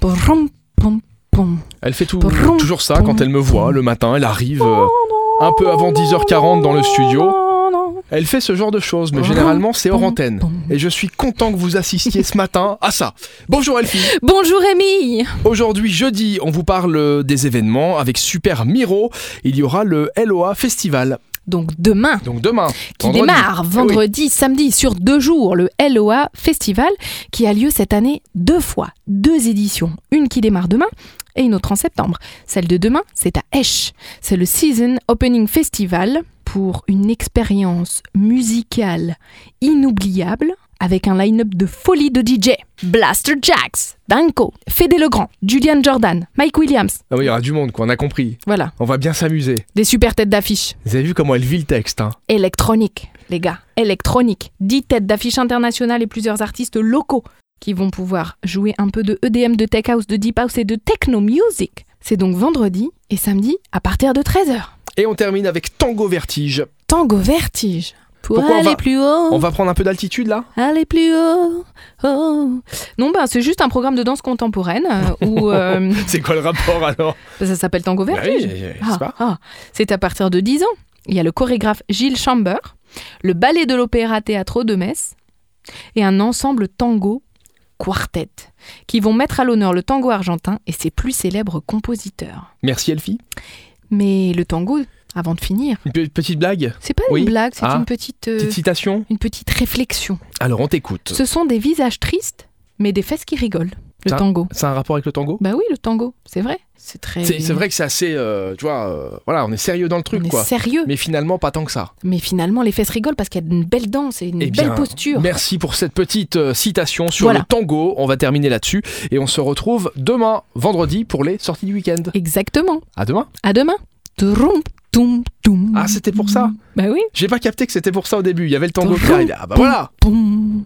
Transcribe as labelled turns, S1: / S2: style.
S1: Brum, brum, brum.
S2: Elle fait tout-
S1: Brum,
S2: toujours ça
S1: brum,
S2: quand elle me voit
S1: brum.
S2: le matin. Elle arrive
S1: Oh
S2: euh, un peu avant 10h40 dans le studio. Elle fait ce genre de choses, mais
S1: Brum,
S2: généralement c'est hors
S1: brum,
S2: antenne.
S1: brum.
S2: Et je suis content que vous assistiez ce matin à ça. Bonjour Elfie.
S1: Bonjour Rémi
S2: Aujourd'hui jeudi, on vous parle euh, des événements avec Super Miro. Il y aura le LOA Festival.
S1: Donc demain,
S2: Donc demain.
S1: qui
S2: vendredi.
S1: démarre
S2: Eh oui.
S1: vendredi, samedi, sur deux jours, le LOA Festival, qui a lieu cette année deux fois, deux éditions. Une qui démarre demain et une autre en septembre. Celle de demain, c'est à Esch. C'est le Season Opening Festival pour une expérience musicale inoubliable avec un line-up de folie de DJ. Blaster Jax, Danko, Fede Legrand, Julian Jordan, Mike Williams.
S2: Ah oui, il y aura du monde, quoi. On a compris.
S1: Voilà,
S2: On va bien s'amuser.
S1: des super têtes d'affiche.
S2: Vous avez vu comment elle vit le texte, hein
S1: électronique, les gars, électronique. Dix têtes d'affiches internationales et plusieurs artistes locaux qui vont pouvoir jouer un peu de EDM, de tech house, de deep house et de techno music. C'est donc vendredi et samedi à partir de 13h.
S2: Et on termine avec Tango Vertige.
S1: Tango vertige. Pour
S2: Pourquoi on
S1: aller
S2: va-
S1: plus haut,
S2: On va prendre un peu d'altitude là
S1: aller plus haut. oh. Non, ben c'est juste un programme de danse contemporaine euh, où euh,
S2: C'est quoi le rapport alors
S1: ça s'appelle Tango
S2: Bah
S1: vertige.
S2: oui, c'est
S1: Ah,
S2: pas
S1: ah. C'est à partir de 10 ans. Il y a le chorégraphe Gilles Chamber, le ballet de l'Opéra Théâtre de Metz et un ensemble tango quartet qui vont mettre à l'honneur le tango argentin et ses plus célèbres compositeurs.
S2: Merci Elfie.
S1: Mais le tango, avant de finir,
S2: Une pe- petite blague
S1: c'est pas
S2: Oui.
S1: une blague, c'est
S2: Ah.
S1: une petite, euh,
S2: Petite citation
S1: une petite réflexion.
S2: Alors on t'écoute.
S1: Ce sont des visages tristes, mais des fesses qui rigolent. Le
S2: Ça-
S1: tango.
S2: C'est un rapport avec le tango
S1: Bah oui, le tango, c'est vrai. C'est très.
S2: C'est c'est vrai que c'est assez. euh, tu vois, euh, voilà, on est sérieux dans le
S1: On
S2: truc
S1: est
S2: quoi.
S1: sérieux,
S2: Mais finalement, pas tant que ça.
S1: mais finalement les fesses rigolent parce qu'il y a une belle danse et une
S2: Eh
S1: belle
S2: bien,
S1: posture.
S2: Merci pour cette petite euh, citation sur
S1: Voilà.
S2: le tango. On va terminer là-dessus. Et on se retrouve demain, vendredi, pour les sorties du week-end.
S1: Exactement.
S2: À demain.
S1: À demain. Trum, tum, tum.
S2: Ah, c'était pour ça
S1: Bah oui.
S2: J'ai pas capté que c'était pour ça au début. Il y avait le tango qui
S1: Tango.
S2: arrivait. Ah bah voilà
S1: Poum.